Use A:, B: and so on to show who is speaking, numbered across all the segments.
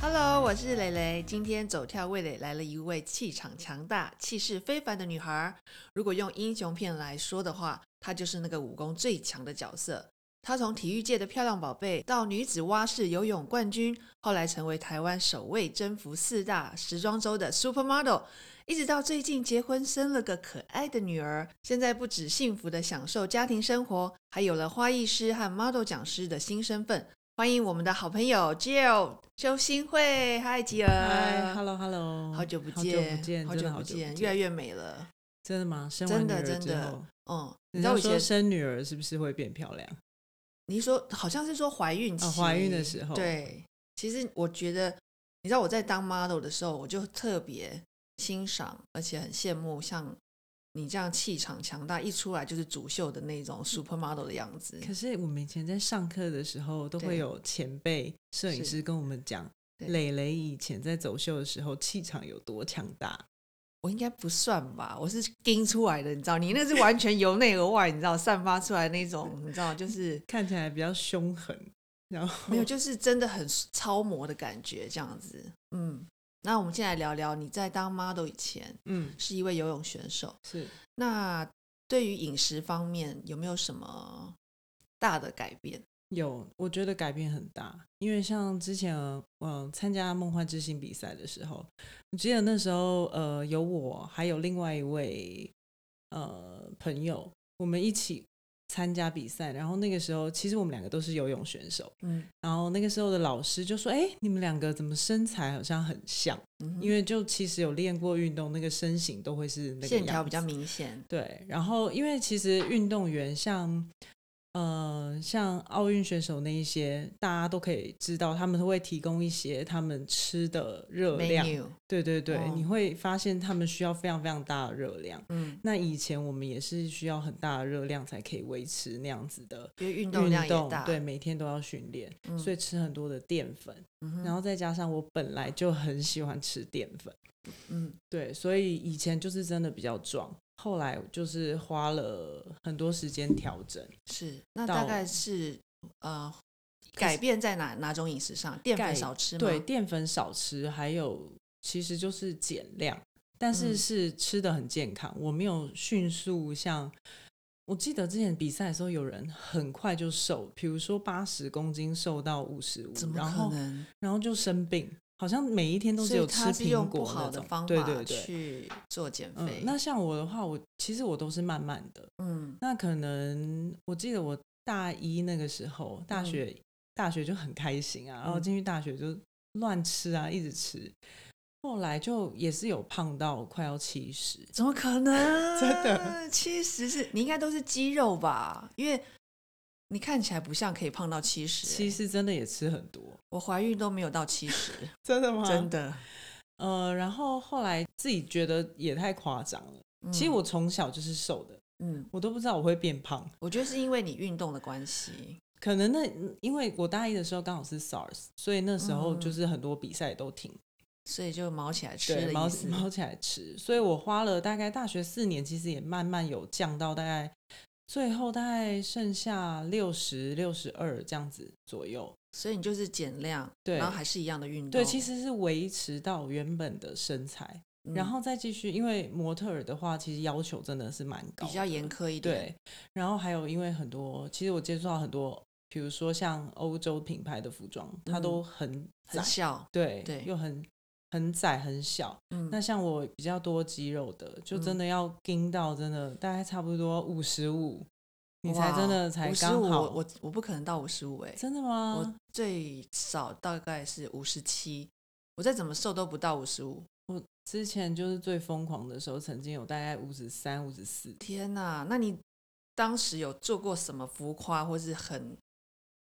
A: Hello，我是蕾蕾。今天走跳味蕾来了一位气场强大、气势非凡的女孩。如果用英雄片来说的话，她就是那个武功最强的角色。她从体育界的漂亮宝贝到女子蛙式游泳冠军，后来成为台湾首位征服四大时装周的 supermodel，一直到最近结婚生了个可爱的女儿。现在不止幸福的享受家庭生活，还有了花艺师和 model 讲师的新身份。欢迎我们的好朋友 Jill 周新慧，嗨吉
B: 嗨
A: 儿，
B: ，Hello Hello，
A: 呃好久不
B: 好久不见，
A: 好
B: 真
A: 久
B: 的
A: 不
B: 好久
A: 见，越来越美了，
B: 真的吗？生完
A: 真
B: 女
A: 的
B: 儿
A: 真
B: 之
A: 的
B: 后，，
A: 嗯，你
B: 人
A: 知道
B: 家
A: 我以
B: 说
A: 前
B: 生女儿是不是会变漂亮？
A: 你说好像是说怀孕期，
B: 啊怀孕的时候
A: 对，其实我觉得，你知道我在当 model 的时候，我就特别欣赏，而且很羡慕像你这样气场强大，一出来就是主秀的那种 super model 的样子，
B: 嗯可是我们以前在上课的时候，都
A: 对
B: 会有前辈摄影
A: 是
B: 师跟我们讲，
A: 对
B: 蕾蕾以前在走秀的时候气场有多强大。
A: 我应该不算吧，我是盯出来的，你知道，你那是完全由内而外，你知道散发出来那种，你知道， 就是
B: 看起来比较凶狠，然后
A: 没有，就是真的很超模的感觉这样子。嗯，那我们先来聊聊你在当 model 以前
B: 嗯
A: 是一位游泳选手，
B: 是
A: 那对于饮食方面有没有什么大的改变？
B: 有，我觉得改变很大，因为像之前嗯、呃参加梦幻之星比赛的时候，我记得那时候呃有我还有另外一位呃朋友，我们一起参加比赛，然后那个时候其实我们两个都是游泳选手，
A: 嗯，
B: 然后那个时候的老师就说：“哎、你们两个怎么身材好像很像？
A: 嗯哼
B: 因为就其实有练过运动，那个身形都会是那个
A: 线条
B: 样
A: 比较
B: 子
A: 明显，
B: 对，然后因为其实运动员像呃像奥运选手那一些，大家都可以知道，他们会提供一些他们吃的热呃量。
A: menu，
B: 对对对，
A: 哦
B: 你会发现他们需要非常非常大的热量。
A: 嗯，
B: 那以前我们也是需要很大的热量才可以维持那样子的
A: 因为运
B: 运
A: 动量也大，
B: 对，，每天都要训练，
A: 嗯
B: 所以吃很多的淀粉，
A: 嗯哼
B: 然后再加上我本来就很喜欢吃淀粉。
A: 嗯，
B: 对，所以以前就是真的比较壮，后来就是花了很多时间调整。
A: 是，那
B: 到
A: 大概是呃，改变在哪哪种饮食上？淀粉
B: 改
A: 少吃吗？
B: 对，淀粉少吃，还有其实就是减量，但
A: 嗯
B: 是是吃的很健康。我没有迅速像，我记得之前比赛的时候，有人很快就瘦，比如说八十公斤瘦到五十五
A: 怎，么
B: 然
A: 可
B: 后
A: 能？
B: 然后就生病，好像每一天都只
A: 所以
B: 有吃
A: 他是
B: 苹
A: 用不
B: 果那
A: 好的
B: 种
A: 方
B: 对
A: 法
B: 对对。
A: 去做减
B: 嗯
A: 肥，。
B: 那像我的话，我其实我都是慢慢的，
A: 嗯
B: 那可能我记得我大一那个时候，大
A: 嗯
B: 学、大学就很开心啊，然后
A: 嗯
B: 进去大学就乱吃啊，一直吃，后来就也是有胖到快要七十，
A: 怎么可能？
B: 真的，
A: 七十是你应该都是肌肉吧？因为你看起来不像可以胖到七十、
B: 其实真的也吃很多，
A: 我怀孕都没有到七十，
B: 真的吗
A: 真
B: 的。
A: 的。
B: 呃，然后后来自己觉得也太夸张了，
A: 嗯
B: 其实我从小就是瘦的，
A: 嗯，
B: 我都不知道我会变胖。
A: 我觉得是因为你运动的关系，
B: 可能那嗯因为我大一的时候刚好是 SARS，所以那时候
A: 嗯
B: 就是很多比赛都停
A: 所以就毛起来吃
B: 对，
A: 的
B: 猫
A: 意思。
B: 猫起来吃，所以我花了大概大学四年，其实也慢慢有降到大概最后大概剩下六十六十二这样子左右。
A: 所以你就是减量，
B: 对
A: 然后还是一样的运动。
B: 对，其实是维持到原本的身材，
A: 哦嗯、
B: 然后再继续，因为模特儿的话，其实要求真的是蛮高，
A: 比较严。苛一点。
B: 对，然后还有因为很多，其实我接触到很多，比如说像欧洲品牌的服装，它
A: 嗯
B: 都很窄，
A: 很小，
B: 对
A: 对
B: 又很很窄很小，
A: 嗯，
B: 那像我比较多肌肉的，就真的要盯到真的大概差不多五十五，你才真的才刚
A: 55
B: 好。
A: 我我我不可能到五十五哎，
B: 真的
A: 我
B: 吗？
A: 最少大概是五十七，我再怎么瘦都不到五十五。
B: 我之前就是最疯狂的时候，曾经有大概五十三、五十四。
A: 天哪，那你当时有做过什么浮夸或是很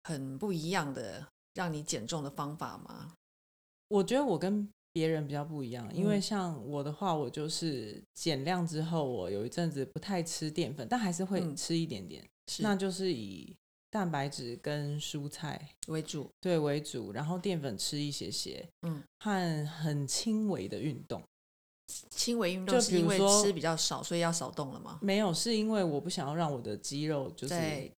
A: 很不一样的让你减重的方法吗？
B: 我觉得我跟别人比较不一样，因为
A: 嗯
B: 像我的话，我就是减量之后，我有一阵子不太吃淀粉，但还是会
A: 嗯
B: 吃一点点，
A: 是
B: 那就是以蛋白质跟蔬菜
A: 为主，
B: 对为主，然后淀粉吃一些些，
A: 嗯，
B: 和很轻微的运动。
A: 轻微运动
B: 就是比
A: 因
B: 如
A: 为
B: 说
A: 吃比较少，所以要少动了吗？
B: 没有，是因为我不想要让我的肌肉就是
A: 在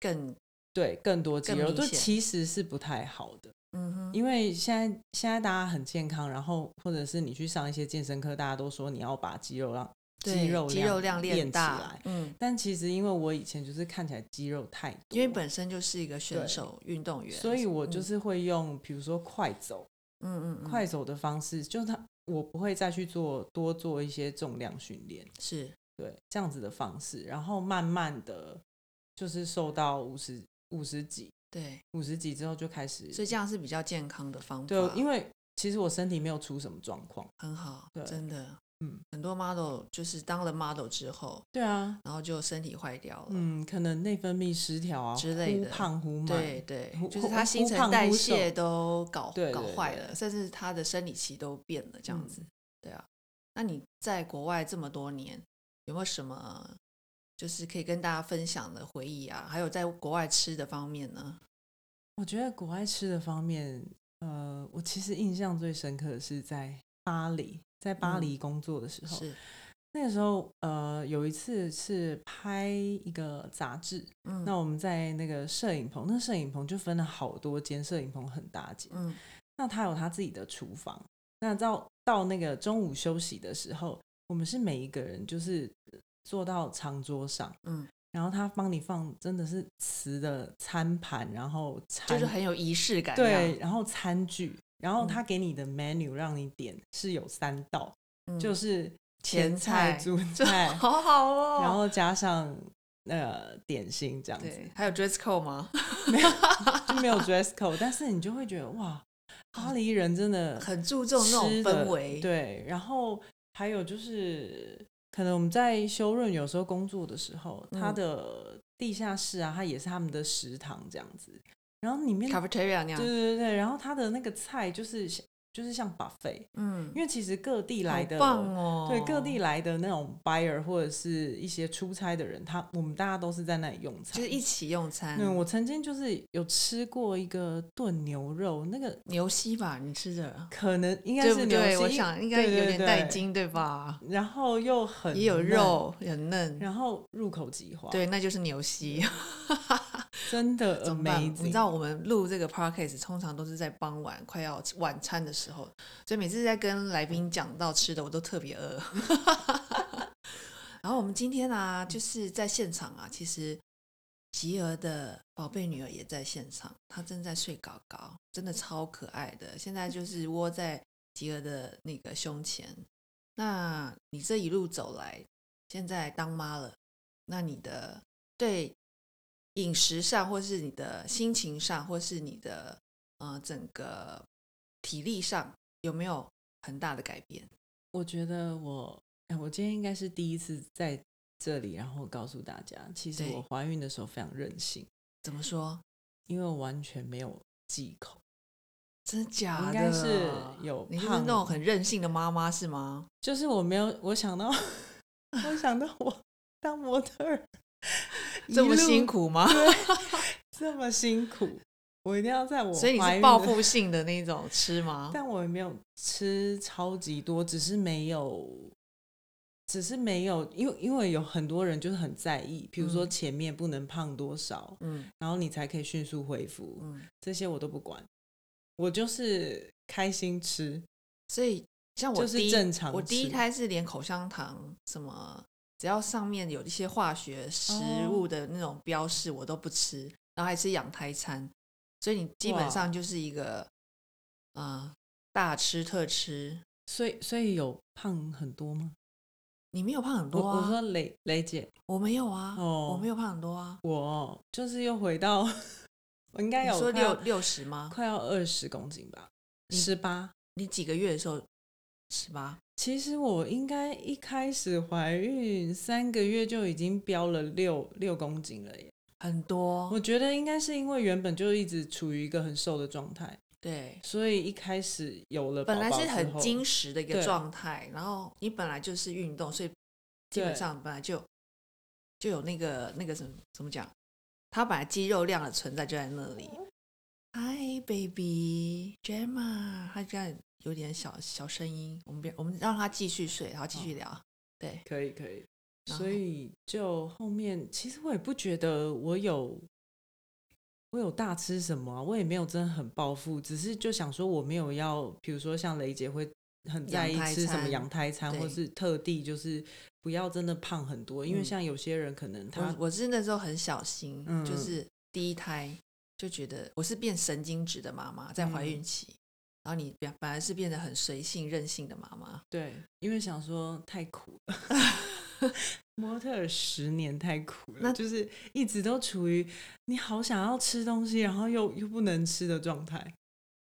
A: 更
B: 对更多肌
A: 更
B: 肉，
A: 明
B: 这
A: 显
B: 其实是不太好的。
A: 嗯哼，
B: 因为现在现在大家很健康，然后或者是你去上一些健身课，大家都说你要把肌肉让
A: 对
B: 肌肉
A: 肌肉量
B: 练
A: 练大，
B: 起来。
A: 嗯，
B: 但其实因为我以前就是看起来肌肉太多，
A: 因为本身就是一个选
B: 对
A: 手运动员，
B: 所以我就
A: 嗯
B: 是会用比如说快走、
A: 嗯嗯嗯，
B: 快走的方式，就是它我不会再去做多做一些重量训练，
A: 是
B: 对这样子的方式，然后慢慢的就是瘦到五十五十几。
A: 对，
B: 五十几之后就开始，
A: 所以这样是比较健康的方法，
B: 对，因为其实我身体没有出什么状况。
A: 很好
B: 对，
A: 真的，
B: 嗯，
A: 很多 model 就是当了 model 之后，
B: 对啊，
A: 然后就身体坏掉了，
B: 嗯，可能内分泌失调啊
A: 之类的
B: 忽胖忽慢，
A: 对对
B: 忽，
A: 就是他新
B: 忽
A: 陈
B: 胖
A: 代
B: 忽
A: 谢
B: 瘦
A: 都搞
B: 对
A: 搞
B: 对
A: 坏
B: 对嗯
A: 了，甚至他的生理期都变了，这样子。对啊，那你在国外这么多年，有没有什么就是可以跟大家分享的回忆啊？还有在国外吃的方面呢？
B: 我觉得国外吃的方面，呃，我其实印象最深刻的是在巴黎，在巴
A: 嗯
B: 黎工作的时候，
A: 是，
B: 那个时候，呃，有一次是拍一个杂志，
A: 嗯，
B: 那我们在那个摄影棚，那摄影棚就分了好多间，摄影棚很大间，
A: 嗯
B: 那他有他自己的厨房。那到到那个中午休息的时候，我们是每一个人就是坐到长桌上，
A: 嗯，
B: 然后他帮你放真的是瓷的餐盘，然后餐
A: 就是很嗯有仪式感这样，
B: 对，然后餐具，然后他给你的 menu 让你点是有三道，
A: 嗯，
B: 就是
A: 前
B: 前菜、
A: 菜
B: 主
A: 这
B: 菜，
A: 好好哦。
B: 然后加上呃点心这样子
A: 对，，还有 dress code 吗？
B: 就没有 dress code，但是你就会觉得哇，巴黎人真的
A: 很注重那种
B: 吃的
A: 氛围，，
B: 对，然后还有就是，可能我们在修润有时候工作的时候，它
A: 嗯
B: 的地下室啊，它也是他们的食堂这样子。然后里面，对
A: cafeteria 那样
B: 对，对对，然后它的那个菜就是像就是像 buffet，
A: 嗯
B: 因，为其实各地来的，
A: 好棒哦，
B: 对各地来的那种 buyer 或者是一些出差的人，他我们大家都是在那里用餐
A: 就是。一起用餐。
B: 嗯，我曾经就是有吃过一个炖牛肉，那个
A: 牛膝吧，你吃的
B: 可能应该
A: 对
B: 是
A: 不
B: 牛
A: 对？我
B: 膝
A: 想应该有点带，
B: 对对对
A: 筋，对吧？
B: 然后又很
A: 也有
B: 嫩，
A: 肉，很嫩，
B: 然后入口即化，，
A: 对，那就是牛膝。
B: 真的
A: 怎么办？
B: amazing。
A: 你知道我们录这个 podcast 通常都是在傍晚快要吃晚餐的时候，所以每次在跟来宾讲到吃的，我都特别饿。 然后我们今天啊，就是在现场啊，其实吉儿的宝贝女儿也在现场，她正在睡搞搞，真的超可爱的。现在就是窝在吉儿的那个胸前。那你这一路走来，现在当妈了，那你的对饮食上，或是你的心情上，或是你的呃整个体力上，有没有很大的改变？
B: 我觉得我，哎我今天应该是第一次在这里，然后告诉大家，其实
A: 对
B: 我怀孕的时候非常任性，
A: 怎么说？
B: 因为我完全没有忌口。
A: 真的假的？
B: 应该是有
A: 你是
B: 胖
A: 那种很任性的妈妈是吗？
B: 就是我没有，我想到， 我想到我当模特儿
A: 这么辛
B: 苦，
A: 苦吗？
B: 这么辛苦，我一定要在我
A: 所以你
B: 怀
A: 是
B: 孕
A: 报
B: 的
A: 复性的那种吃吗？
B: 但我也没有吃超级多，只是没有，只是没有，因为因为有很多人就是很在意，比如说
A: 嗯
B: 前面不能胖多少，
A: 嗯
B: 然后你才可以迅速恢复，
A: 嗯，
B: 这些我都不管，我就是开心吃，
A: 所以像我
B: 就是
A: 第一
B: 正常
A: 我第一
B: 吃
A: 胎是连口香糖什么，只要上面有一些化学食
B: 哦
A: 物的那种标示，我都不吃，然后还吃养胎餐，所以你基本
B: 哇
A: 上就是一个呃大吃特吃，
B: 所以所以有胖很多吗？
A: 你没有胖很
B: 我
A: 多啊，
B: 我说雷雷姐，
A: 我没有啊，
B: 哦
A: 我没有胖很多啊，
B: 我哦就是又回到 我应该
A: 你
B: 有
A: 说
B: 快要
A: 六六十吗？
B: 快要二十公斤吧，
A: 你
B: 十八。
A: 你几个月的时候十八？
B: 其实我应该一开始怀孕三个月就已经飙了六六公斤了耶。
A: 很多
B: 我，觉得应该是因为原本就一直处于一个很瘦的状态，
A: 对，
B: 所以一开始有了
A: 本来
B: 宝宝
A: 是
B: 之
A: 很
B: 后
A: 精实的一个
B: 对
A: 状态，然后你本来就是运动，所以基本
B: 对
A: 上本来就就有那个那个什么怎么讲，它本来肌肉量的存在就在那里。Hi baby Gemma，他这样有点小小声音，我们别我们让他继续睡，然后继续
B: 哦
A: 聊。对，
B: 可以可以，
A: 然
B: 所
A: 后
B: 以就后面其实我也不觉得我有我有大吃什么啊、我也没有真的很暴富，只是就想说我没有要，比如说像雷姐会很在意
A: 羊胎
B: 吃什么
A: 餐
B: 羊胎餐，或
A: 对
B: 是特地就是不要真的胖很多，因为
A: 嗯
B: 像有些人可能他
A: 我我是那时候很小心，
B: 嗯
A: 就是第一胎就觉得我是变神经质的妈妈，在怀
B: 嗯
A: 孕期，然后你反反而是变得很随性任性的妈妈，
B: 对，因为想说太苦了， 模特儿十年太苦了，
A: 那
B: 就是一直都处于你好想要吃东西，然后又又不能吃的状态。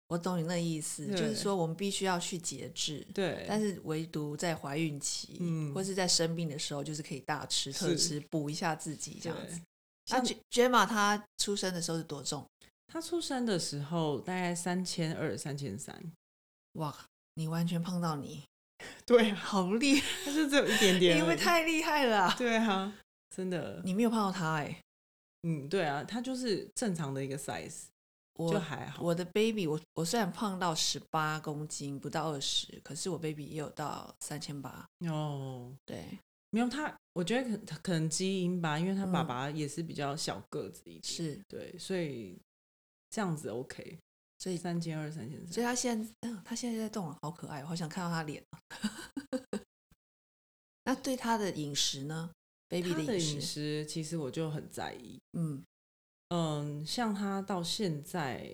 A: 我懂你那意思，就是
B: 对
A: 说我们必须要去节制，
B: 对，
A: 但是唯独在怀孕期、
B: 嗯
A: 或是在生病的时候，就是可以大吃特
B: 是
A: 吃补一下自己这样
B: 对
A: 子。那
B: 像
A: J- Gemma 她出生的时候是多重？
B: 他出生的时候大概三千二、三千三，
A: 哇，你完全胖到你，
B: 对啊，
A: 好厉
B: 他就只有一点点而已，
A: 因为太厉害了啊、
B: 对啊，真的，
A: 你没有胖到她哎、
B: 嗯，对啊，他就是正常的一个 size，
A: 我
B: 就还好，
A: 我的 baby，我我虽然胖到十八公斤，不到二十，可是我 baby 也有到三千八。
B: 哦，
A: 对，
B: 没有他，我觉得可可能基因吧，因为他爸
A: 嗯
B: 爸也是比较小个子一点，
A: 是，
B: 对，所以这样子 OK，
A: 所以
B: 三千二、三千
A: 所
B: 三，
A: 以他现在，嗯，他现在在动了，好可爱，我好想看到他脸啊。 那对他的饮食呢？baby
B: 他的
A: 饮
B: 饮食其实我就很在意，
A: 嗯，
B: 嗯，像他到现在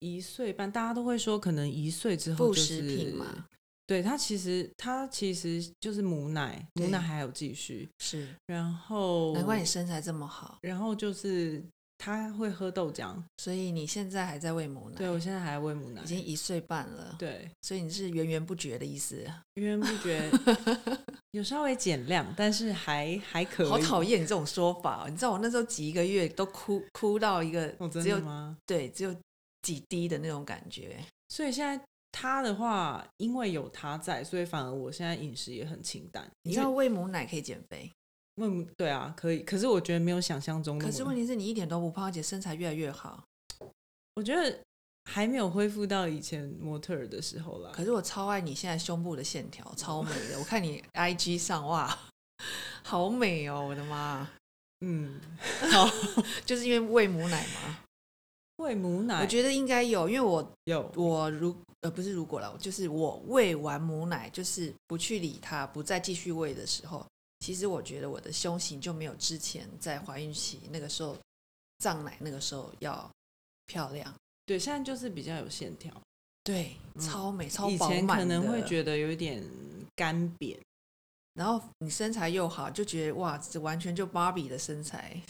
B: 一岁半，大家都会说可能一岁之后
A: 副
B: 就
A: 食
B: 是
A: 品嘛，
B: 对他其实他其实就是母奶，母
A: 对
B: 奶还有继续，
A: 是，
B: 然后
A: 难怪你身材这么好，
B: 然后就是他会喝豆浆，
A: 所以你现在还在喂母奶，
B: 对我现在还喂母奶
A: 已，经一岁半了，
B: 对，
A: 所以你是源源不绝的意思，
B: 源源不 绝，有稍微减量，但是还还可以。
A: 好讨厌你这种说法、哦，你知道我那时候几个月都哭哭到一个
B: 哦，真
A: 只有
B: 的吗？
A: 对，只有几滴的那种感觉。
B: 所以现在他的话，因为有他在，所以反而我现在饮食也很清淡。
A: 你知道喂母奶可以减肥，
B: 因为喂母对啊，可以，可是我觉得没有想象中那么。
A: 可是问题是你一点都不胖，而且身材越来越好。
B: 我觉得还没有恢复到以前模特儿的时候啦。
A: 可是我超爱你现在胸部的线条，超美的。我看你 IG 上哇，好美哦！我的妈，
B: 嗯，
A: 就是因为喂母奶嘛。
B: 喂母奶，
A: 我
B: 得
A: 觉得应该有，因为我
B: 有
A: 我如呃不是如果了，就是我喂完母奶，就是不去理它，不再继续喂的时候，其实我觉得我的胸型就没有之前在怀孕期那个时候胀奶那个时候要漂亮。
B: 对，现在就是比较有线条。
A: 对，超美、超
B: 嗯以
A: 饱
B: 前
A: 满
B: 可能会
A: 的
B: 觉得有一点干瘪，
A: 然后你身材又好，就觉得哇，这完全就芭比的身材。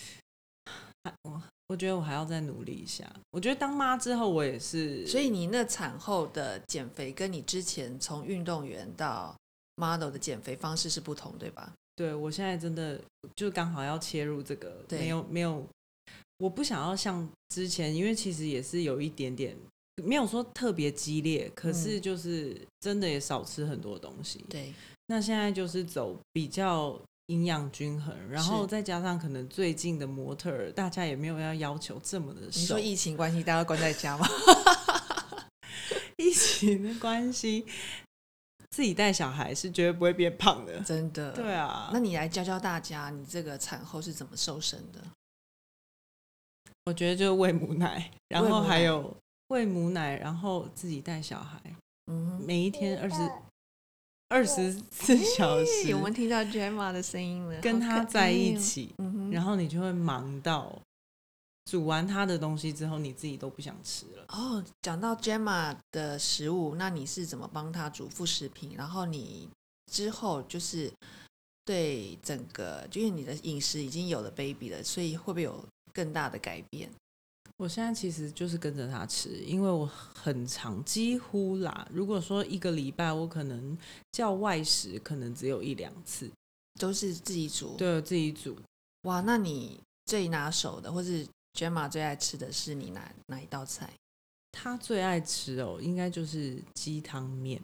B: 啊我我觉得我还要再努力一下。我觉得当妈之后，我也是，
A: 所以你那产后的减肥，跟你之前从运动员到 model 的减肥方式是不同，对吧？
B: 对我现在真的就刚好要切入这个，
A: 对
B: 没有没有，我不想要像之前，因为其实也是有一点点，没有说特别激烈，可是就是真的也少吃很多东西。
A: 嗯对，
B: 那现在就是走比较。营养均衡，然后
A: 是
B: 再加上可能最近的模特儿，大家也没有要要求这么的
A: 你
B: 瘦
A: 说，疫情关系，大家都关在家吗？
B: 疫情的关系，自己带小孩是绝对不会变胖的。
A: 真的。
B: 对。啊，
A: 那你来教教大家，你这个产后是怎么瘦身的？
B: 我觉得就是喂母奶，然后
A: 母奶
B: 还有喂母奶，然后自己带小孩，
A: 嗯
B: 每一天二十二十四小
A: 哼，
B: 时
A: 我们听到 Gemma 的声音了，
B: 跟
A: 好可
B: 他在一
A: 爱哦。
B: 起，
A: 嗯哼，
B: 然后你就会忙到煮完他的东西之后，你自己都不想吃了。
A: 哦，讲到 Gemma 的食物，那你是怎么帮她煮副食品？然后你之后就是对整个，就因为你的饮食已经有了 baby 了，所以会不会有更大的改变？
B: 我现在其实就是跟着他吃，因为我很长，几乎啦。如果说一个礼拜，我可能叫外食，可能只有一两次，
A: 都是自己煮？，
B: 对我自己煮。
A: 哇，那你最拿手的，或是 Gemma 最爱吃的是你哪哪一道菜？
B: 他最爱吃哦，应该就是鸡汤面，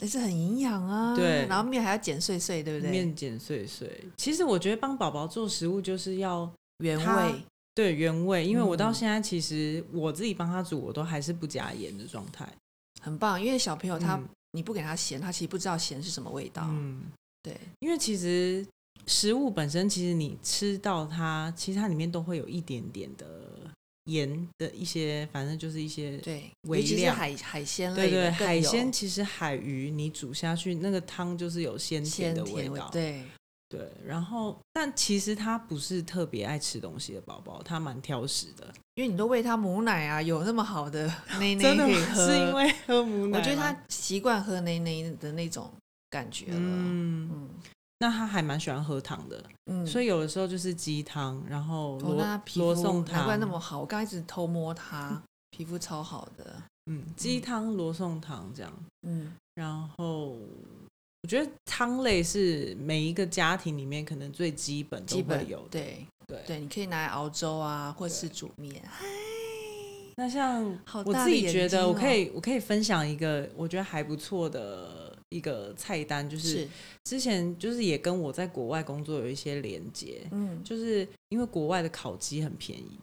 A: 但是很营养啊，
B: 对
A: 然后面还要剪碎碎，对不对？
B: 面剪碎碎。其实我觉得帮宝宝做食物就是要
A: 原
B: 它
A: 味，
B: 对原味，因为我到
A: 嗯
B: 现在其实我自己帮他煮，我都还是不加盐的状态。
A: 很棒，因为小朋友哦他、
B: 嗯
A: 你不给他咸，他其实不知道咸是什么味道。
B: 嗯，
A: 对，
B: 因为其实食物本身，其实你吃到它，其实它里面都会有一点点的盐的一些，反正就是一些
A: 对，尤
B: 微
A: 其是
B: 量
A: 海海鲜
B: 对
A: 类
B: 对，
A: 的更
B: 海
A: 有
B: 鲜其实海鱼你煮下去，那个汤就是有鲜
A: 鲜
B: 的
A: 甜
B: 道。
A: 对，
B: 对然后但其实他不是特别爱吃东西的宝宝，他蛮挑食的。
A: 因为你都喂它母奶啊，有那么好 的奶奶
B: 真的
A: 可
B: 吗
A: 以喝，
B: 是因为喝母奶吗？
A: 我觉得他习惯喝奶奶的那种感觉了。嗯
B: 嗯，那他还蛮喜欢喝汤的，
A: 嗯，
B: 所以有的时候就是鸡汤，然后
A: 我
B: 罗
A: 那他皮
B: 罗
A: 肤
B: 宋
A: 难
B: 汤，
A: 怪那么好，我刚一直偷摸它，皮肤超好的。
B: 嗯，鸡汤罗宋汤这样。
A: 嗯，
B: 然后我觉得汤类是每一个家庭里面可能最基本
A: 基
B: 都会
A: 本
B: 有的。
A: 对
B: 对
A: 对，你可以拿来熬粥啊，或是煮面。
B: 那像
A: 好
B: 我
A: 大
B: 自
A: 的
B: 己
A: 眼
B: 觉
A: 睛
B: 得，我可
A: 哦
B: 以、我可以分享一个我觉得还不错的一个菜单，就是
A: 是，
B: 之前就是也跟我在国外工作有一些连接，
A: 嗯，
B: 就是因为国外的烤鸡很便宜，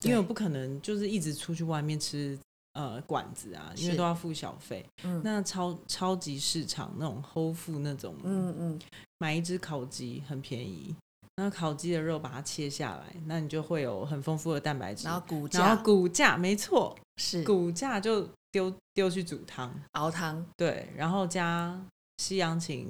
A: 对
B: 因为我不可能就是一直出去外面吃呃馆子啊，因为
A: 是
B: 都要付小费。
A: 嗯
B: 那超超级市场那种 Whole Food 那种，
A: 嗯嗯，
B: 买一只烤鸡很便宜，那烤鸡的肉把它切下来，那你就会有很丰富的蛋白质
A: 然，后骨
B: 然
A: 架
B: 后骨架没错，
A: 是
B: 骨架就丢丢去煮汤，
A: 熬汤，
B: 对，然后加西洋芹、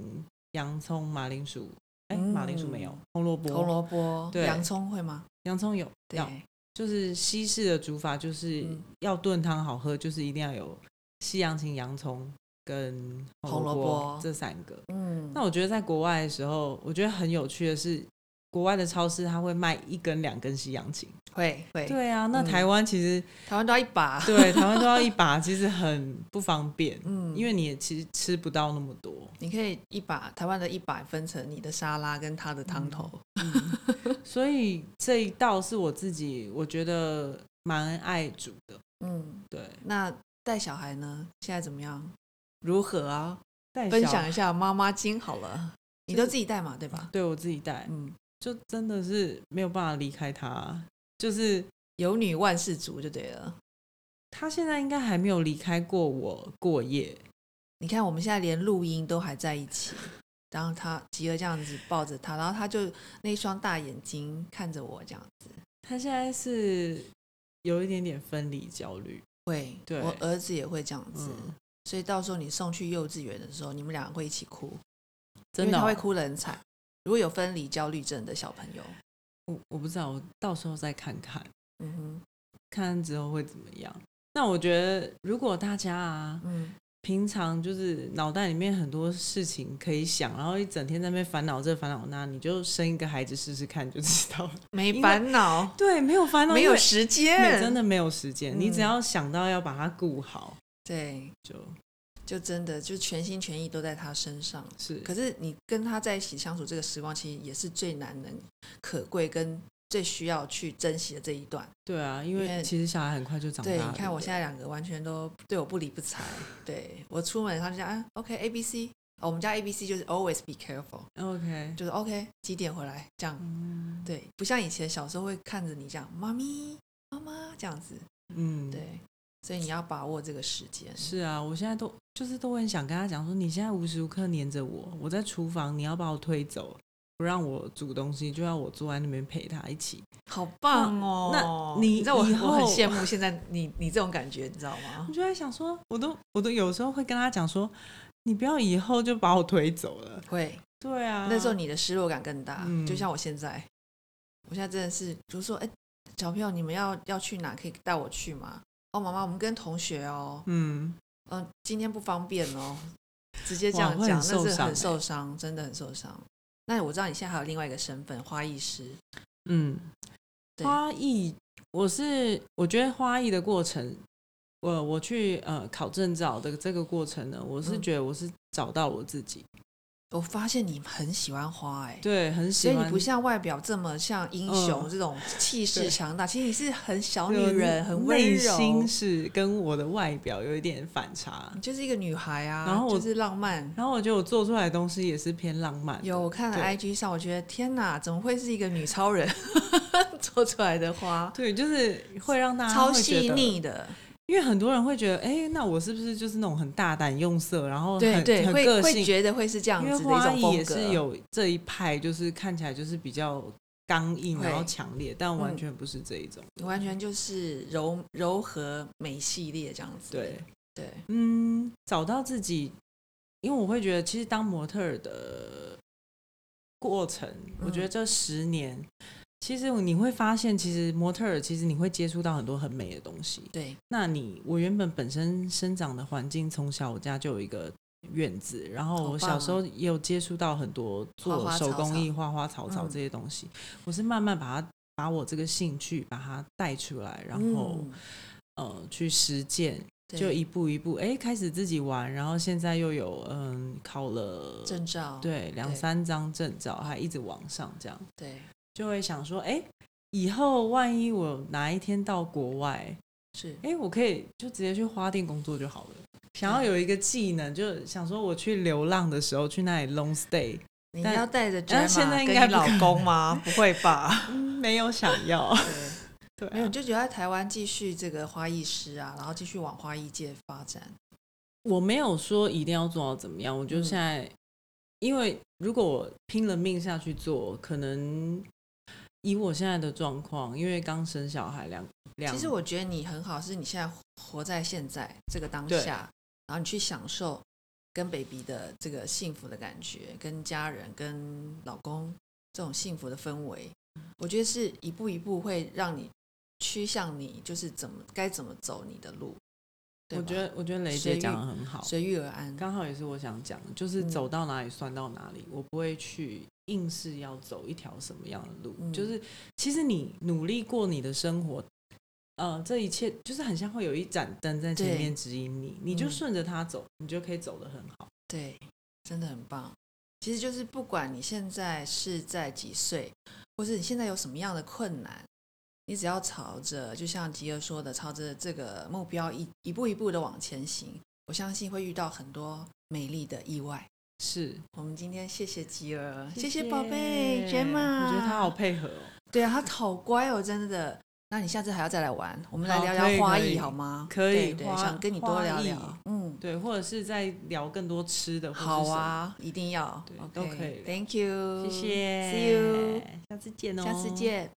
B: 洋葱、马铃薯，哎、马铃薯没有
A: 嗯，
B: 红萝卜，
A: 红萝卜、
B: 对
A: 洋葱会吗？
B: 洋葱有，
A: 对
B: 要，就是西式的煮法，就是
A: 嗯
B: 要炖汤好喝，就是一定要有西洋芹、洋葱跟
A: 红萝
B: 卜
A: 卜
B: 这三个。
A: 嗯，
B: 那我觉得在国外的时候，我觉得很有趣的是，国外的超市它会卖一根两根西洋芹。
A: 会会，
B: 对啊，那
A: 嗯
B: 台湾其实、
A: 台湾都要一把。
B: 对台湾都要一把，其实很不方便，
A: 嗯，
B: 因为你也其实吃不到那么多。
A: 你可以一把台湾的一把分成你的沙拉跟它的汤头，
B: 所以这一道是我自己我觉得蛮爱煮的。
A: 嗯，
B: 对，
A: 那带小孩呢？现在怎么样？如何啊？
B: 带
A: 分
B: 小
A: 享一下妈妈经好了，你都
B: 就是
A: 自己带嘛，对吧？
B: 对我自己带，
A: 嗯，
B: 就真的是没有办法离开他，就是。
A: 有女万事足就对了。
B: 他现在应该还没有离开过我过夜，
A: 你看我们现在连录音都还在一起，然后他吉儿这样子抱着他，然后他就那一双大眼睛看着我这样子。
B: 他现在是有一点点分离焦虑，
A: 会，
B: 对
A: 我儿子也会这样子，
B: 嗯
A: 所以到时候你送去幼稚园的时候，你们俩会一起哭，
B: 真的
A: 因
B: 哦、
A: 为他会哭得很惨。如果有分离焦虑症的小朋友，
B: 我我不知道，我到时候再看看，
A: 嗯哼，
B: 看之后会怎么样。那我觉得，如果大家啊，
A: 嗯，
B: 平常就是脑袋里面很多事情可以想，然后一整天在那边烦恼这烦恼那，你就生一个孩子试试看就知道了。
A: 没
B: 为
A: 烦恼，
B: 对，没有烦恼，
A: 没有
B: 因为
A: 时
B: 没
A: 间，
B: 真的没有时间，你只
A: 嗯
B: 要想到要把它顾好，
A: 对，
B: 就
A: 就真的就全心全意都在他身上。
B: 是
A: 可是你跟他在一起相处这个时光，其实也是最难能可贵跟最需要去珍惜的这一段。
B: 对啊，因
A: 因为
B: 为其实小孩很快就长大
A: 对，
B: 了。
A: 你看我现
B: 在
A: 在两个完全都对我不理不睬。对我出门，他就讲啊，OK A B C，哦我们家 A B C 就是 always be careful，
B: OK，
A: 就是 OK 几点回来这样。
B: 嗯
A: 对，不像以前小时候会看着你这样，妈咪妈妈这样子。
B: 嗯，
A: 对，所以你要把握这个时间。
B: 是啊，我现在都就是都很想跟他讲说，你现在无时无刻黏着我，我在厨房，你要把我推走，不让我煮东西，就要我坐在那边陪他一起。
A: 好棒哦！
B: 那你
A: 知道我
B: 以
A: 我很
B: 后
A: 羡慕现在你你这种感觉，你知道吗
B: 我？就在想说，我都我都有时候会跟他讲说，你不要以后就把我推走了。
A: 会，
B: 对啊，
A: 那时候你的失落感更大，
B: 嗯
A: 就像我现在，我现在真的是，比如说，哎、小朋友，你们要要去哪？可以带我去吗？哦，妈妈，我们跟同学哦，
B: 嗯，
A: 嗯、今天不方便哦，直接这
B: 哇
A: 样
B: 会
A: 讲，
B: 很
A: 那
B: 受
A: 是
B: 伤
A: 很
B: 欸
A: 受伤，真的很受伤。那我知道你现在还有另外一个身份，花艺师，
B: 嗯，
A: 对
B: 花艺，我是我觉得花艺的过程，我我去呃考证照的这个过程呢，我是
A: 嗯
B: 觉得我是找到我自己，
A: 我发现你很喜欢花、哎。
B: 对，很喜
A: 所以
B: 欢。
A: 你不像外表这么像英雄、
B: 嗯
A: 这种气势
B: 对
A: 强大，其实你是很小女
B: 有
A: 人，很温
B: 内
A: 柔，
B: 心是跟我的外表有一点反差
A: 你。就是一个女孩啊，
B: 然后我
A: 就是浪漫。
B: 然后我觉得我做出来的东西也是偏浪漫的。
A: 有我看了
B: 对
A: IG 上，我觉得天哪，怎么会是一个女超人 做出来的花，
B: 对，就是会让大家
A: 超
B: 啊会觉
A: 细
B: 得，
A: 腻的，
B: 因为很多人会觉得，哎，那我是不是就是那种很大胆用色，然哦后很
A: 对对，
B: 很
A: 会
B: 个
A: 会
B: 性？
A: 觉得会是这样
B: 因为
A: 子的一
B: 花
A: 种
B: 艺
A: 风
B: 也
A: 格。
B: 是有这一派，就是看起来就是比较刚硬，
A: 会
B: 然后强烈，但完
A: 嗯
B: 全不是这一种。
A: 你完全就是柔柔和美系列这样子。
B: 对，
A: 对，
B: 嗯，找到自己，因为我会觉得，其实当模特儿的过程，我觉得
A: 嗯
B: 这十年，其实你会发现，其实模特儿其实你会接触到很多很美的东西。
A: 对，
B: 那你我原本本身生长的环境，从小我家就有一个院子，然后
A: 好
B: 我
A: 棒哦
B: 小时候也有接触到很多
A: 花
B: 做
A: 花
B: 手
A: 草
B: 工
A: 草
B: 艺、花花草草
A: 嗯
B: 这些东西，我是慢慢把它把我这个兴趣把它带出来，然后、
A: 嗯
B: 呃去实践，
A: 对
B: 就一步一步，哎、开始自己玩，然后现在又有嗯考了
A: 证照，
B: 对两
A: 对
B: 三张证照，还一直往上这样，
A: 对
B: 就会想说，哎、以后万一我哪一天到国外，
A: 是
B: 哎、我可以就直接去花店工作就好了。想要有一个技能，就想说我去流浪的时候去那里 long stay，
A: 你
B: 但
A: 要带着 j
B: 但
A: e
B: 是现在应该
A: 跟你
B: 不
A: 老
B: 可嗯
A: 公 吗？不会吧？
B: 没有想要，
A: 对。
B: 对
A: 没有，
B: 啊、
A: 你就觉得在台湾继续这个花艺师啊，然后继续往花艺界发展。
B: 我没有说一定要做到怎么样，我就
A: 嗯
B: 现在，因为如果我拼了命下去做，可能以我现在的状况，因为刚生小孩两两，
A: 其实我觉得你很好，是你现在活在现在这个当
B: 对
A: 下，然后你去享受跟 baby 的这个幸福的感觉，跟家人、跟老公这种幸福的氛围，我觉得是一步一步会让你趋向你就是怎么该怎么走你的路。对
B: 我
A: 吧
B: 觉得我觉得雷
A: 随
B: 姐
A: 遇
B: 讲的很好，
A: 随遇而安。
B: 刚好也是我想讲，的，就是
A: 嗯
B: 走到哪里算到哪里，我不会去硬是要走一条什么样的路。
A: 嗯
B: 就是其实你努力过你的生活，呃，这一切就是很像会有一盏灯在前
A: 对
B: 面指引你，你就
A: 嗯
B: 顺着它走，你就可以走得很好。
A: 对，真的很棒。其实就是不管你现在是在几岁，或是你现在有什么样的困难，你只要朝着就像吉儿说的，朝着这个目标一一步一步的往前行，我相信会遇到很多美丽的意外。
B: 是，
A: 我们今天谢谢吉儿，谢谢宝贝 j e
B: 我觉得他好
A: 好，
B: 配合哦。
A: 对啊，他好乖哦，真的。那你下次还要再来玩，我们来
B: 好
A: 聊
B: 可以
A: 聊花
B: 可
A: 艺
B: 以
A: 好吗？
B: 可以
A: 对对，
B: 花
A: 想跟你多
B: 花
A: 聊
B: 艺
A: 聊。嗯，
B: 对，或者是在聊更多吃的，或是
A: 好
B: 什么，
A: 啊，一定要，
B: 对
A: OK，
B: 都可以聊
A: Thank you，
B: 谢谢
A: ，See you，
B: 下次见哦，
A: 下次，见。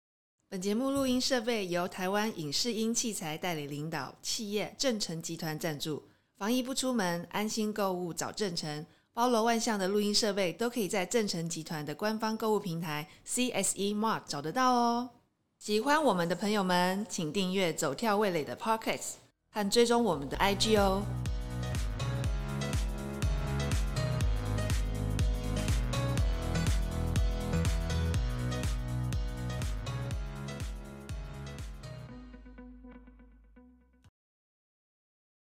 A: 本节目录音设备由台湾影视音器材代理领导企业正成集团赞助。防疫不出门，安心购物找正成。包罗万象的录音设备都可以在正成集团的官方购物平台 CSE Mart 找得到哦。喜欢我们的朋友们，请订阅“走跳味蕾”的 Podcast 和追踪我们的 IG 哦。